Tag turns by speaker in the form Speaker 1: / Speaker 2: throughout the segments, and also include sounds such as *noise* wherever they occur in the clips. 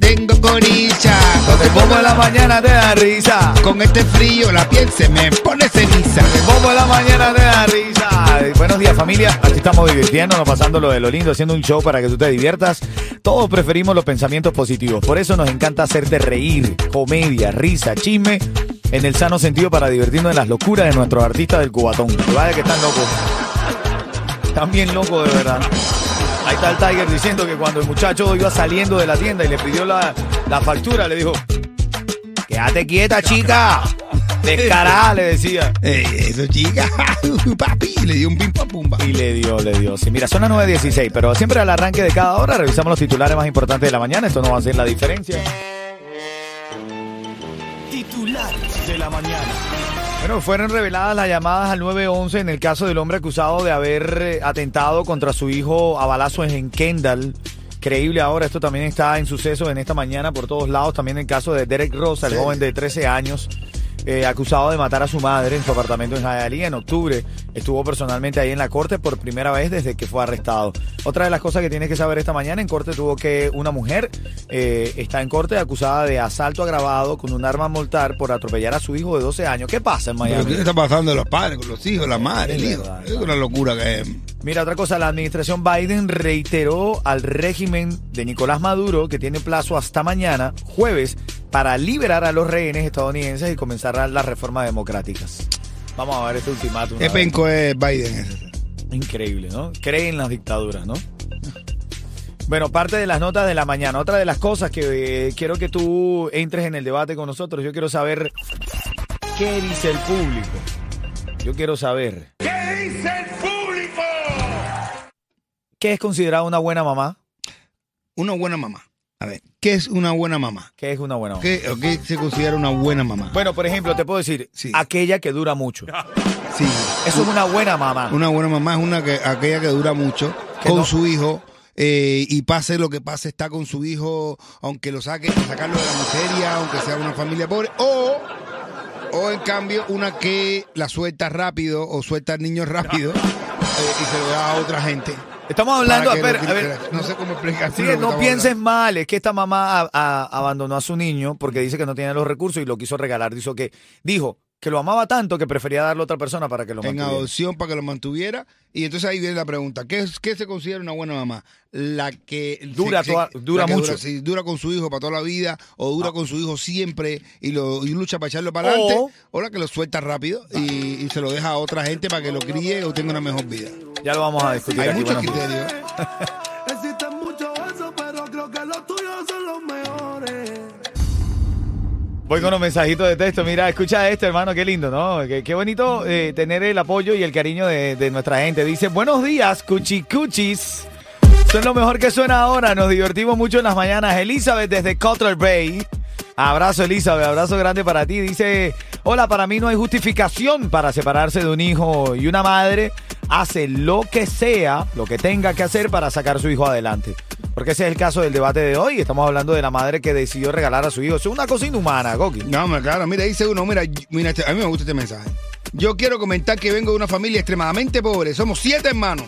Speaker 1: tengo coriza.
Speaker 2: El Bombo de la Mañana te da risa.
Speaker 1: Con este frío la piel se me pone ceniza.
Speaker 2: El Bombo de la Mañana te da risa. Buenos días, familia. Aquí estamos divirtiéndonos, pasando lo de lo lindo, haciendo un show para que tú te diviertas. Todos preferimos los pensamientos positivos. Por eso nos encanta hacerte reír, comedia, risa, chisme. En el sano sentido para divertirnos en las locuras de nuestros artistas del cubatón. Que vaya que están locos. Están bien locos, de verdad. Ahí está el Tiger diciendo que cuando el muchacho iba saliendo de la tienda y le pidió la, la factura, le dijo, quédate quieta, chica. Descarada, *laughs* le decía.
Speaker 1: Eh, eso chica, *laughs* papi, le dio un pim pam, pumba.
Speaker 2: Y le dio, le dio. Sí, mira, son las 9.16, pero siempre al arranque de cada hora revisamos los titulares más importantes de la mañana. Esto no va a hacer la diferencia. Titulares de la mañana. Bueno, fueron reveladas las llamadas al 911 en el caso del hombre acusado de haber eh, atentado contra su hijo a balazos en Kendall. Creíble ahora, esto también está en suceso en esta mañana por todos lados. También el caso de Derek Rosa, el joven de 13 años, eh, acusado de matar a su madre en su apartamento en Hialeah en octubre. Estuvo personalmente ahí en la corte por primera vez desde que fue arrestado. Otra de las cosas que tienes que saber esta mañana, en corte tuvo que una mujer eh, está en corte acusada de asalto agravado con un arma mortal por atropellar a su hijo de 12 años. ¿Qué pasa en
Speaker 1: Pero
Speaker 2: Miami?
Speaker 1: ¿qué le está pasando a los padres, con los hijos, la madre, el hijo?
Speaker 2: verdad,
Speaker 1: Es una locura que es.
Speaker 2: Mira, otra cosa, la administración Biden reiteró al régimen de Nicolás Maduro que tiene plazo hasta mañana, jueves, para liberar a los rehenes estadounidenses y comenzar las reformas democráticas. Vamos a ver este ultimátum.
Speaker 1: ¿Qué
Speaker 2: a ver.
Speaker 1: penco es Biden ese?
Speaker 2: Increíble, ¿no? Creen en las dictaduras, ¿no? Bueno, parte de las notas de la mañana. Otra de las cosas que eh, quiero que tú entres en el debate con nosotros. Yo quiero saber qué dice el público. Yo quiero saber. ¿Qué dice el público? ¿Qué es considerada una buena mamá?
Speaker 1: Una buena mamá. A ver, ¿qué es una buena mamá?
Speaker 2: ¿Qué es una buena mamá?
Speaker 1: ¿Qué, o qué se considera una buena mamá?
Speaker 2: Bueno, por ejemplo, te puedo decir,
Speaker 1: Sí.
Speaker 2: aquella que dura mucho.
Speaker 1: *laughs* Sí.
Speaker 2: Eso es una buena mamá.
Speaker 1: Una buena mamá es una que, aquella que dura mucho
Speaker 2: Que
Speaker 1: con
Speaker 2: no-
Speaker 1: su hijo eh, y pase lo que pase, está con su hijo, aunque lo saque, sacarlo de la miseria, aunque sea una familia pobre, o, o en cambio una que la suelta rápido o suelta al niño rápido eh, y se lo da a otra gente.
Speaker 2: Estamos hablando, a
Speaker 1: Para
Speaker 2: ver,
Speaker 1: que lo
Speaker 2: a
Speaker 1: quite-
Speaker 2: ver,
Speaker 1: no sé cómo explicar.
Speaker 2: Sí, no pienses mal, es que esta mamá a- a- abandonó a su niño porque dice que no tiene los recursos y lo quiso regalar. Dijo que, dijo que lo amaba tanto que prefería darle a otra persona para que lo
Speaker 1: en
Speaker 2: mantuviera.
Speaker 1: adopción para que lo mantuviera. Y entonces ahí viene la pregunta, ¿qué, es- qué se considera una buena mamá? La que
Speaker 2: Dura toda- dura
Speaker 1: la que
Speaker 2: mucho. Ah.
Speaker 1: sí, dura con su hijo para toda la vida o dura con su hijo siempre y lo y lucha para echarlo para adelante
Speaker 2: O-
Speaker 1: o, la que lo suelta rápido y, y se lo deja a otra gente para que lo críe o tenga una mejor vida.
Speaker 2: Ya lo vamos a discutir.
Speaker 1: Hay
Speaker 2: aquí,
Speaker 1: muchos
Speaker 2: buenos días.
Speaker 1: criterios. ¿eh?
Speaker 3: Existen muchos besos, pero creo que los tuyos son los mejores.
Speaker 2: Voy con los mensajitos de texto. Mira, escucha esto, hermano, qué lindo, ¿no? Qué, qué bonito eh, tener el apoyo y el cariño de, de nuestra gente. Dice, buenos días, cuchicuchis. Son lo mejor que suena ahora. Nos divertimos mucho en las mañanas. Elizabeth desde Cutler Bay. Abrazo, Elizabeth. Abrazo grande para ti. Dice, hola, para mí no hay justificación para separarse de un hijo y una madre. Hace lo que sea, lo que tenga que hacer para sacar a su hijo adelante. Porque ese es el caso del debate de hoy. Estamos hablando de la madre que decidió regalar a su hijo. Eso es una cosa inhumana, Goki.
Speaker 1: No, hombre, claro, mira, dice uno, mira, y- mira este- a mí me gusta este mensaje. Yo quiero comentar que vengo de una familia extremadamente pobre, somos siete hermanos.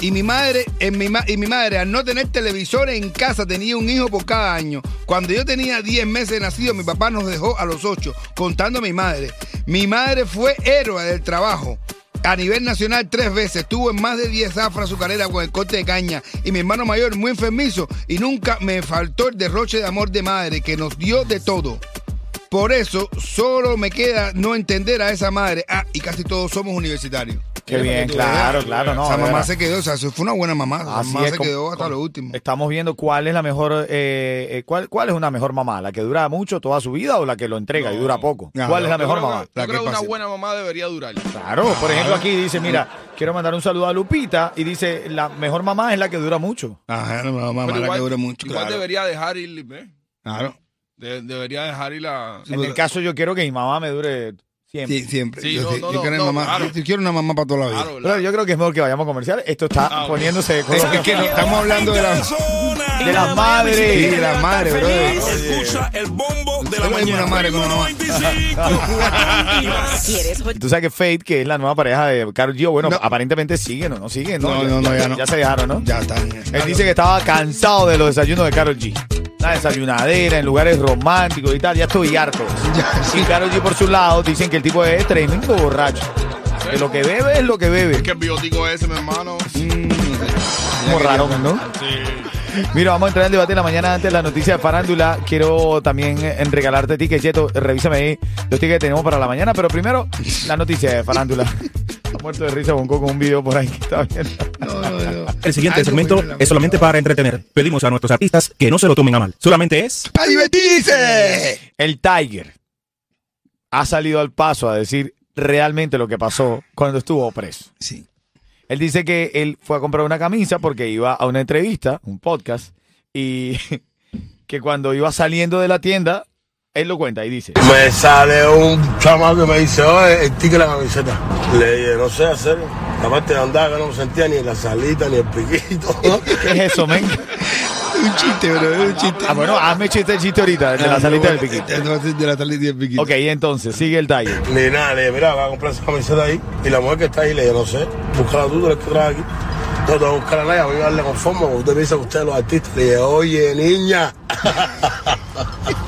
Speaker 1: Y mi madre, en mi ma- y mi madre, al no tener televisores en casa, tenía un hijo por cada año. Cuando yo tenía 10 meses de nacido, mi papá nos dejó a los ocho, contando a mi madre. Mi madre fue héroe del trabajo. A nivel nacional tres veces, estuvo en más de 10 afras su carrera con el corte de caña y mi hermano mayor muy enfermizo y nunca me faltó el derroche de amor de madre que nos dio de todo. Por eso solo me queda no entender a esa madre. Ah, y casi todos somos universitarios.
Speaker 2: Qué bien, claro, claro. No,
Speaker 1: esa
Speaker 2: de
Speaker 1: mamá
Speaker 2: verdad.
Speaker 1: se quedó, o sea, fue una buena mamá. La
Speaker 2: Así
Speaker 1: mamá
Speaker 2: es,
Speaker 1: se
Speaker 2: com-
Speaker 1: quedó hasta
Speaker 2: com-
Speaker 1: lo último.
Speaker 2: Estamos viendo cuál es la mejor, eh, eh, cuál, cuál es una mejor mamá, la que dura mucho toda su vida o la que lo entrega y dura poco.
Speaker 1: No,
Speaker 2: ¿Cuál
Speaker 1: no,
Speaker 2: es la
Speaker 1: yo
Speaker 2: mejor
Speaker 1: creo
Speaker 2: mamá?
Speaker 1: La
Speaker 4: Yo
Speaker 1: que
Speaker 4: creo que una
Speaker 1: pase.
Speaker 4: buena mamá debería durar.
Speaker 2: Claro, por ejemplo aquí dice, mira, quiero mandar un saludo a Lupita y dice, la mejor mamá es la que dura mucho.
Speaker 1: Ajá, no, mamá,
Speaker 4: Pero
Speaker 1: la
Speaker 4: igual,
Speaker 1: que dura mucho.
Speaker 4: igual
Speaker 1: claro.
Speaker 4: debería dejar ir, ¿eh?
Speaker 1: Claro.
Speaker 4: De- debería dejar ir la...
Speaker 1: Sí,
Speaker 2: en el caso yo quiero que mi mamá me dure siempre.
Speaker 1: Sí, siempre.
Speaker 4: Sí,
Speaker 1: yo,
Speaker 4: no,
Speaker 1: sí,
Speaker 4: no,
Speaker 1: yo
Speaker 4: no,
Speaker 1: quiero,
Speaker 4: no,
Speaker 1: mamá,
Speaker 4: claro.
Speaker 1: yo- yo quiero una mamá para toda la vida.
Speaker 4: Claro,
Speaker 2: Pero
Speaker 4: la-
Speaker 2: yo creo que es mejor que vayamos a comerciales. Esto está
Speaker 4: Ah, ok.
Speaker 2: poniéndose de color.
Speaker 1: Es que no, estamos hablando de la.
Speaker 2: De las madres.
Speaker 1: Sí, de las madres, brother.
Speaker 5: Escucha el bombo de la
Speaker 1: Solo hay una
Speaker 5: mañana.
Speaker 1: madre como mamá.
Speaker 5: 95, y más.
Speaker 2: Tú sabes que Fate, que es la nueva pareja de Carol Gio, bueno,
Speaker 1: No.
Speaker 2: aparentemente siguen o no siguen, ¿no?
Speaker 1: No, no, no, ya no.
Speaker 2: se dejaron, ¿no?
Speaker 1: Ya está.
Speaker 2: Él dice que estaba cansado de los desayunos de Carol G. La desayunadera en lugares románticos y tal, ya estoy harto.
Speaker 1: Ya, sí.
Speaker 2: Y Carol G por su lado dicen que el tipo es tremendo borracho. Que lo que bebe es lo que bebe.
Speaker 4: Es que el biótico es ese, mi hermano. eh,
Speaker 2: Como raro, ¿no? Mira, vamos a entrar al debate de la mañana antes de la noticia de farándula. Quiero también eh, regalarte tickets, Yeto. Revísame ahí los tickets que tenemos para la mañana. Pero primero, la noticia de farándula. Está Muerto de risa Bonco con un video por ahí que está viendo.
Speaker 1: No, no, no.
Speaker 6: El siguiente
Speaker 1: Ay, Ah, yo
Speaker 6: segmento
Speaker 1: me la-
Speaker 6: es solamente para entretener. Pedimos a nuestros artistas que no se lo tomen a mal. Solamente es...
Speaker 1: ¡Para divertirse!
Speaker 2: El Tiger ha salido al paso a decir realmente lo que pasó cuando estuvo preso.
Speaker 1: Sí.
Speaker 2: Él dice que él fue a comprar una camisa porque iba a una entrevista, un podcast, y *laughs* que cuando iba saliendo de la tienda, él lo cuenta y dice.
Speaker 7: Me sale un chamaco que me dice, oye, el tique la camiseta. Le dije, no sé hacerlo. La parte de andar que no me sentía ni la salita ni el piquito. *laughs*
Speaker 2: ¿Qué es eso, men? *laughs*
Speaker 1: Un chiste, bro, es un chiste.
Speaker 2: Ah, bueno, hazme chiste, chiste ahorita,
Speaker 1: Ah,
Speaker 2: de la salita del piquito.
Speaker 1: De la salita del piquito.
Speaker 2: Ok, entonces, sigue el Tiger.
Speaker 7: ni nada, le dije, mira, voy a comprar esa camiseta ahí. Y la mujer que está ahí le dije, no sé, búscala tú, tú la que traes aquí. No te voy a buscar a nadie, a mí me darle conforme, porque usted piensa que ustedes los artistas. Le dije, oye, niña.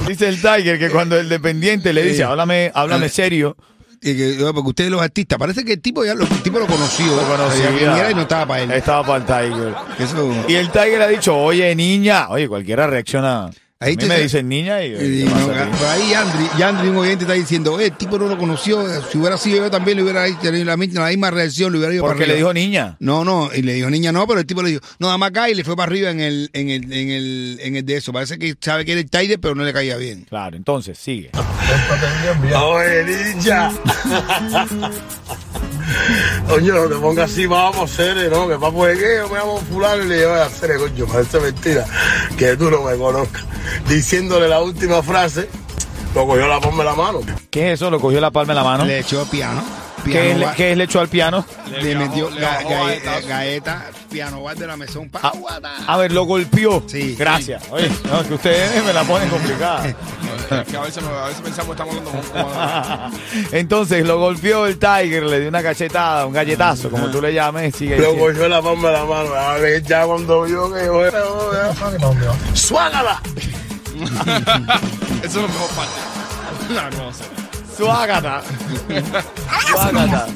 Speaker 2: Dice el Tiger que cuando el dependiente le dice, háblame, háblame serio,
Speaker 1: Y que, no, porque ustedes los artistas, parece que el tipo ya lo, el tipo lo conoció.
Speaker 2: lo conocía.
Speaker 1: Y era y no estaba para él.
Speaker 2: Estaba para el Tiger.
Speaker 1: Eso.
Speaker 2: Y el Tiger ha dicho, oye, niña. Oye, cualquiera reacciona.
Speaker 1: Ahí
Speaker 2: a mí
Speaker 1: te-
Speaker 2: me dicen niña y...
Speaker 1: y
Speaker 2: ¿qué
Speaker 1: no,
Speaker 2: pasa aquí?
Speaker 1: por ahí Andri, y Andri, un oyente, está diciendo, eh, el tipo no lo conoció. Si hubiera sido yo también, le hubiera tenido la misma, la misma reacción, le hubiera ido para
Speaker 2: Porque le
Speaker 1: arriba.
Speaker 2: dijo niña.
Speaker 1: No, no, y le dijo niña no, pero el tipo le dijo, no, dame acá y le fue para arriba en el, en el, en el, en el de eso. Parece que sabe que era el Tiger, pero no le caía bien.
Speaker 2: Claro, entonces, sigue.
Speaker 8: *laughs*
Speaker 7: Oye, ninja. Oye, no te pongas así, vamos, Cere, ¿no? Que papo de qué, yo me llamo fulano y le digo, a Cere, coño, parece mentira que tú no me conozcas. Diciéndole la última frase, lo cogió la palma de la mano.
Speaker 2: ¿Qué es eso? Lo cogió la palma de la mano.
Speaker 1: Le echó piano.
Speaker 2: ¿Qué, es,
Speaker 1: piano
Speaker 2: le-
Speaker 1: bar-
Speaker 2: qué es le echó al piano?
Speaker 1: Le,
Speaker 4: Le bajó-
Speaker 1: metió
Speaker 4: le
Speaker 1: ga-
Speaker 4: bajó
Speaker 1: gae-
Speaker 4: galletazo.
Speaker 1: galleta, piano bar de la mesón. Pa,
Speaker 2: A,
Speaker 1: guata.
Speaker 2: a ver, lo golpeó.
Speaker 1: Sí.
Speaker 2: Gracias. Oye, no, es que ustedes me la ponen
Speaker 1: *laughs*
Speaker 2: complicada.
Speaker 4: Es que a veces, a veces pensamos que estamos hablando con- con...
Speaker 2: Entonces, lo golpeó el Tiger, le dio una cachetada, un galletazo, como tú le llames. Sigue
Speaker 7: Lo
Speaker 2: diciendo.
Speaker 7: cogió la palma de la mano. A ver, ya cuando vio que yo era, oh, ya, ¿para dónde va? ¡Suágala!
Speaker 4: Eso es lo mejor parte. No, no, sé.
Speaker 2: Suágata. Suágata.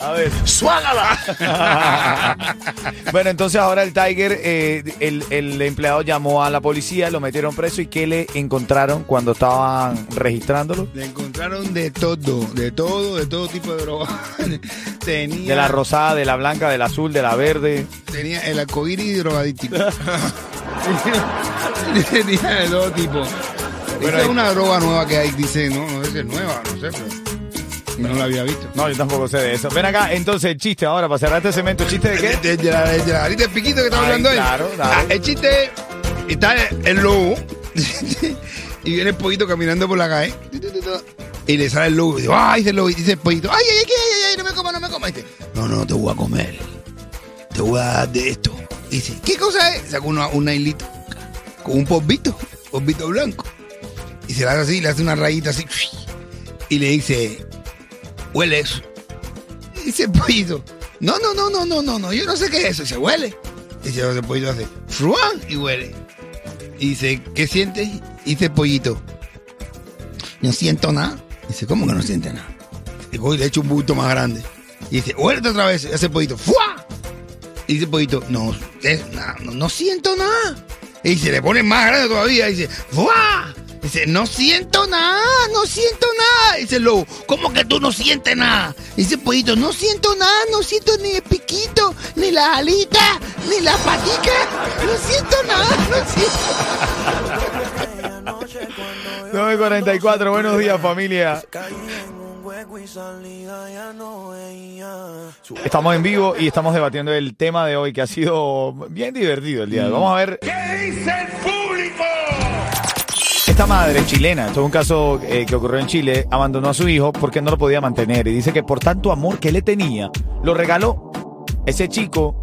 Speaker 2: A ver.
Speaker 7: ¡Suágala!
Speaker 2: *laughs* Bueno, entonces ahora el Tiger, eh, el, el empleado llamó a la policía, lo metieron preso y ¿qué le encontraron cuando estaban registrándolo?
Speaker 1: Le encontraron de todo, de todo, de todo tipo de droga. *laughs* tenía,
Speaker 2: De la rosada, de la blanca, del azul, de la verde.
Speaker 1: tenía el arcoíris drogadístico. *laughs* tenía de todo tipo. Esa es una droga nueva que hay, dice, no, no sé si es nueva, no sé, pero no la había visto.
Speaker 2: No, yo tampoco sé de eso. Ven acá, entonces el chiste ahora, para cerrar este cemento, ¿chiste de qué?
Speaker 1: De, de la, de la varita de piquito que estaba
Speaker 2: Ay,
Speaker 1: hablando él.
Speaker 2: claro, claro.
Speaker 1: Ah, el chiste está el lobo *laughs* y viene el pollito caminando por la calle y le sale el lobo y dice, ay, dice el lobo, y dice el pollito, ay, ay, ay, ay, ay, no me coma, no me coma. Y dice, no, no, te voy a comer, te voy a dar de esto. Y dice, ¿qué cosa es? Sacó una, una hilita con un polvito, polvito blanco. Y se la hace así, le hace una rayita así y le dice, huele eso. Dice el pollito, no, no, no, no, no, no, no, yo no sé qué es eso. Y se huele. Dice el pollito, hace, fruan, y huele. Y dice, ¿qué sientes? Y dice el pollito, no siento nada. Dice, ¿cómo que no siente nada? Y coge y le echa un bulto más grande. Y dice, huélete otra vez. Y hace el pollito, ¡fua! Y dice el pollito, no, es- na- no, no siento nada. Y se le pone más grande todavía. Y dice, ¡fua! Y Dice, no siento nada, no siento nada. Dice el lobo, ¿cómo que tú no sientes nada? Dice el pollito, no siento nada, no siento ni el piquito, ni las alitas, ni las paticas. No siento nada, no siento.
Speaker 2: 944, buenos días familia. Estamos en vivo y estamos debatiendo el tema de hoy que ha sido bien divertido el día de hoy. Vamos a ver. ¿Qué dice el público? Esta madre chilena, esto es un caso eh, que ocurrió en Chile, abandonó a su hijo porque no lo podía mantener y dice que por tanto amor que le tenía, lo regaló. Ese chico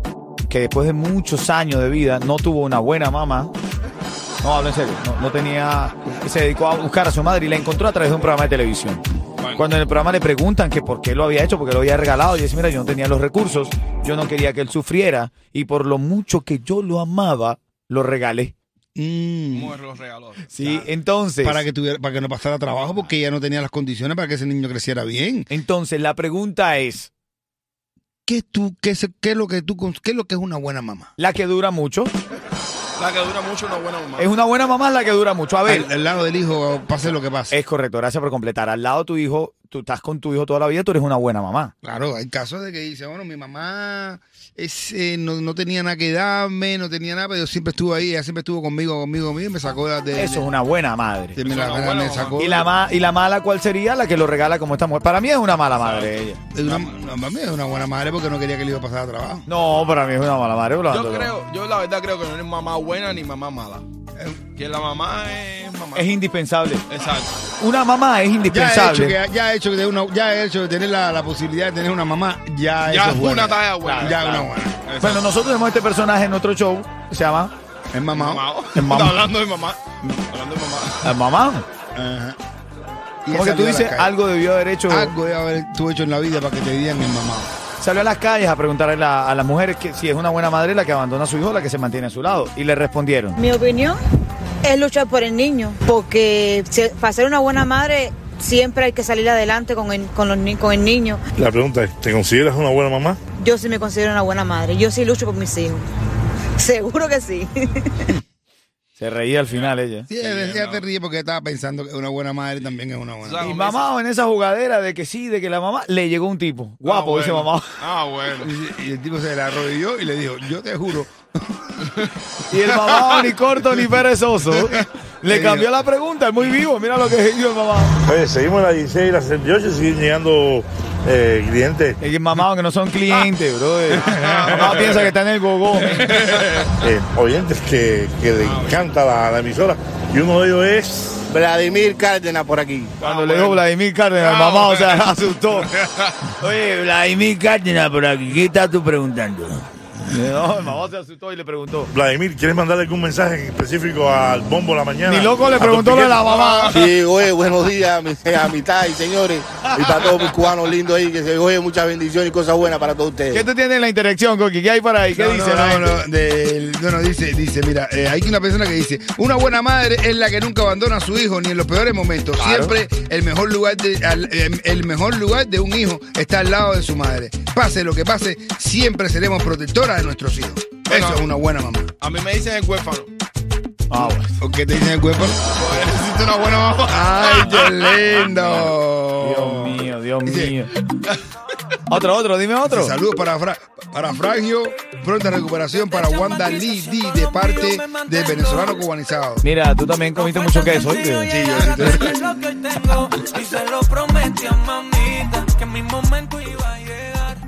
Speaker 2: que después de muchos años de vida no tuvo una buena mamá. No, hablo en serio, no, no tenía, se dedicó a buscar a su madre y la encontró a través de un programa de televisión. Cuando en el programa le preguntan que por qué lo había hecho, porque lo había regalado, y dice, mira, yo no tenía los recursos, yo no quería que él sufriera, y por lo mucho que yo lo amaba, lo regalé. Mm.
Speaker 4: ¿Cómo los regalos?
Speaker 2: Sí, entonces,
Speaker 1: Para que, tuviera, para que no pasara trabajo porque ella no tenía las condiciones para que ese niño creciera bien.
Speaker 2: entonces la pregunta es,
Speaker 1: ¿Qué, tú, qué, se- qué es lo que tú, cons- qué es lo que es una buena mamá?
Speaker 2: la que dura mucho,
Speaker 4: La que dura mucho una buena mamá.
Speaker 2: es una buena mamá la que dura mucho. A ver,
Speaker 1: Al, al lado del hijo, pase lo que pase.
Speaker 2: es correcto, gracias por completar. Al lado de tu hijo, tú estás con tu hijo toda la vida, tú eres una buena mamá.
Speaker 1: Claro, hay casos de que dice, bueno, mi mamá es, eh, no, no tenía nada que darme, no tenía nada, pero yo siempre estuvo ahí, ella siempre estuvo conmigo, conmigo, conmigo, y me sacó de... de-
Speaker 2: Eso es una buena madre.
Speaker 1: de- me la-
Speaker 4: Eso es una
Speaker 1: me
Speaker 4: buena
Speaker 1: sacó
Speaker 2: ¿Y la, ma- ¿Y la mala cuál sería? La que lo regala como esta mujer. Para mí es una mala madre ella.
Speaker 1: de una, no, para mí es una buena madre porque no quería que le iba a pasar a trabajo.
Speaker 2: No, para mí es una mala madre. por lo
Speaker 4: Yo
Speaker 2: tanto, no.
Speaker 4: creo, yo la verdad creo que no es mamá buena ni mamá mala. Eh, Que la mamá es mamá.
Speaker 2: Es indispensable.
Speaker 4: Exacto.
Speaker 2: Una mamá es
Speaker 1: Ya he hecho,
Speaker 2: indispensable.
Speaker 1: que, ya he hecho, de una, ya he hecho de tener la, la posibilidad de tener una mamá, ya,
Speaker 4: Ya
Speaker 1: eso
Speaker 4: es
Speaker 1: buena.
Speaker 4: una talla buena.
Speaker 1: Ya
Speaker 4: Claro,
Speaker 1: una
Speaker 4: claro.
Speaker 1: buena.
Speaker 4: Exacto.
Speaker 2: Bueno, nosotros tenemos este personaje en nuestro show. Se llama
Speaker 1: ¿Ah? Es mamá.
Speaker 4: Mamá.
Speaker 2: Es mamá.
Speaker 4: *laughs* Está hablando de mamá. Hablando de mamá.
Speaker 2: La Mamá.
Speaker 1: Ajá. Y
Speaker 2: Como
Speaker 1: esa
Speaker 2: que tú
Speaker 1: vio a la
Speaker 2: dices,
Speaker 1: calle.
Speaker 2: algo debió haber hecho.
Speaker 1: Algo debe haber tú hecho en la vida para que te digan mi mamá.
Speaker 2: Salió a las calles a preguntarle a, la- a las mujeres que si es una buena madre la que abandona a su hijo o la que se mantiene a su lado. Y le respondieron.
Speaker 9: Mi opinión es luchar por el niño, porque se- para ser una buena madre siempre hay que salir adelante con el, con los ni- con el niño.
Speaker 7: La pregunta es, ¿te consideras una buena mamá?
Speaker 9: Yo sí me considero una buena madre, yo sí lucho por mis hijos. *laughs* Seguro que sí.
Speaker 2: Se reía al final ella.
Speaker 1: Sí, ya te ríes porque estaba pensando que una buena madre también es una buena
Speaker 4: Claro.
Speaker 2: Y mamá en esa jugadera de que sí, de que la mamá le llegó un tipo. Guapo,
Speaker 4: Ah,
Speaker 2: dice
Speaker 4: bueno.
Speaker 2: mamá.
Speaker 4: Ah, bueno.
Speaker 1: Y el tipo se la arrodilló y le dijo, yo te juro.
Speaker 2: Y el mamá *laughs* ni corto ni perezoso. Le cambió la pregunta, es muy vivo. Mira lo que dijo el mamá.
Speaker 7: Oye, seguimos la 16 y la 68 siguen llegando eh, clientes.
Speaker 2: Es que mamá, aunque no son clientes, bro. Mamá piensa que está en el gogó.
Speaker 7: eh, oyentes que, que le encanta la, la emisora. Y uno de ellos es. Vladimir Cárdenas por aquí.
Speaker 2: Cuando le dijo Vladimir Cárdenas,
Speaker 4: Ah,
Speaker 2: mamá, o
Speaker 4: bueno.
Speaker 2: sea, *laughs* asustó. Oye, Vladimir Cárdenas por aquí, ¿qué estás tú preguntando? No, el mamá se asustó y le preguntó.
Speaker 7: Vladimir, ¿quieres mandarle algún mensaje en específico al Bombo la mañana?
Speaker 2: Ni loco le
Speaker 7: A
Speaker 2: preguntó lo de
Speaker 7: Tortillero.
Speaker 2: la mamá.
Speaker 8: Sí, oye, buenos días, mi- a mitad y señores. Y para todos mis cubanos lindos ahí, que se oye muchas bendiciones y cosas buenas para todos ustedes.
Speaker 2: ¿Qué tú tienes en la interacción, Coqui? ¿Qué hay para ahí? ¿Qué
Speaker 1: No,
Speaker 2: dice? Ah,
Speaker 1: no,
Speaker 2: la
Speaker 1: no,
Speaker 2: gente?
Speaker 1: no, del- no, no, dice, dice, mira, eh, hay una persona que dice, una buena madre es la que nunca abandona a su hijo ni en los peores momentos. Siempre el mejor lugar de, al- em, el mejor lugar de un hijo está al lado de su madre. Pase lo que pase, siempre seremos protectoras de nuestros hijos.
Speaker 4: Bueno.
Speaker 1: Eso es una buena mamá.
Speaker 4: A mí me dicen el huérfano.
Speaker 2: Ah, bueno.
Speaker 1: ¿O qué te dicen el cuerpo?
Speaker 4: Porque necesito una buena mamá.
Speaker 1: ¡Ay, qué lindo!
Speaker 2: Dios mío, Dios
Speaker 1: Dice-
Speaker 2: mío. Otro, otro, dime otro.
Speaker 1: Saludos para, Fra- para Frangio, pronta recuperación para Wanda Lee Di de parte del venezolano cubanizado.
Speaker 2: Mira, tú también comiste mucho queso, ¿oíste?
Speaker 1: Sí, yo sí te-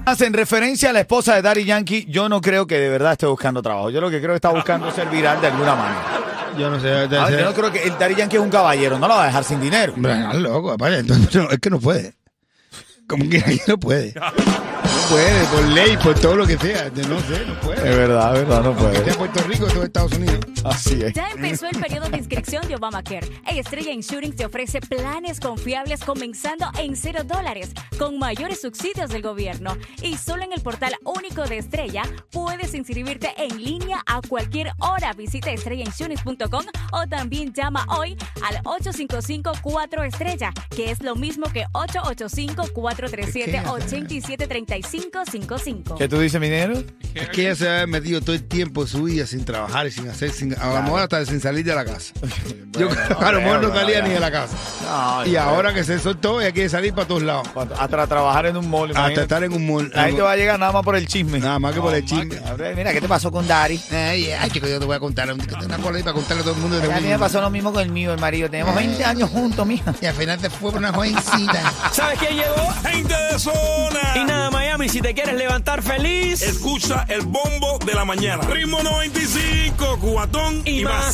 Speaker 2: Hacen referencia a la esposa de Daddy Yankee. Yo no creo que de verdad esté buscando trabajo. Yo lo que creo que está buscando ser viral de alguna manera.
Speaker 1: Yo Ah, no sé.
Speaker 2: A ver, yo no creo que el Daddy Yankee es un caballero. No lo va a dejar sin dinero.
Speaker 1: Hombre, no, loco, papá, entonces no, es que no puede. Como que ahí no puede. No puede, por ley, por todo lo que sea. Yo no sé, no puede.
Speaker 2: Es verdad, es verdad, no
Speaker 1: Aunque
Speaker 2: puede.
Speaker 1: sea Puerto Rico, todo Estados Unidos.
Speaker 2: Así es.
Speaker 9: Ya empezó el periodo de inscripción de Obamacare. Estrella Insurance te ofrece planes confiables comenzando en cero dólares, con mayores subsidios del gobierno. Y solo en el portal único de Estrella puedes inscribirte en línea a cualquier hora. Visita estrellainsurance.com o también llama hoy al 855-4 Estrella, que es lo mismo que 885-437-8735. 6555.
Speaker 2: ¿Qué tú dices, mi dinero?
Speaker 1: Es que ella se había metido todo el tiempo de su vida sin trabajar y sin hacer, sin, a lo mejor hasta sin salir de la *laughs* casa. Yo creo que a lo mejor no
Speaker 2: bueno,
Speaker 1: salía
Speaker 2: ya.
Speaker 1: ni de la casa.
Speaker 2: No,
Speaker 1: y
Speaker 2: yo
Speaker 1: ahora
Speaker 2: creo.
Speaker 1: que se soltó, ella quiere salir para todos lados.
Speaker 2: Hasta trabajar en un mall.
Speaker 1: Hasta
Speaker 2: imagínate.
Speaker 1: estar en un mall.
Speaker 2: La gente va a llegar nada más por el chisme.
Speaker 1: Nada más que por el
Speaker 2: No,
Speaker 1: chisme.
Speaker 2: más que- Mira, ¿qué te pasó con Dari?
Speaker 1: Ay, ay, chico, yo te voy a contar una cosa ahí para contarle a todo el mundo.
Speaker 2: A mí me pasó lo mismo con el mío, el marido. Tenemos 20 años juntos, mija.
Speaker 1: Y al final te fue por una jovencita.
Speaker 5: ¿Sabes quién llegó?
Speaker 3: Gente de zona.
Speaker 5: Y nada, Miami, si te quieres levantar feliz
Speaker 3: Escucha el bombo de la mañana. Ritmo 95, cuatón y,
Speaker 5: y más.
Speaker 3: más.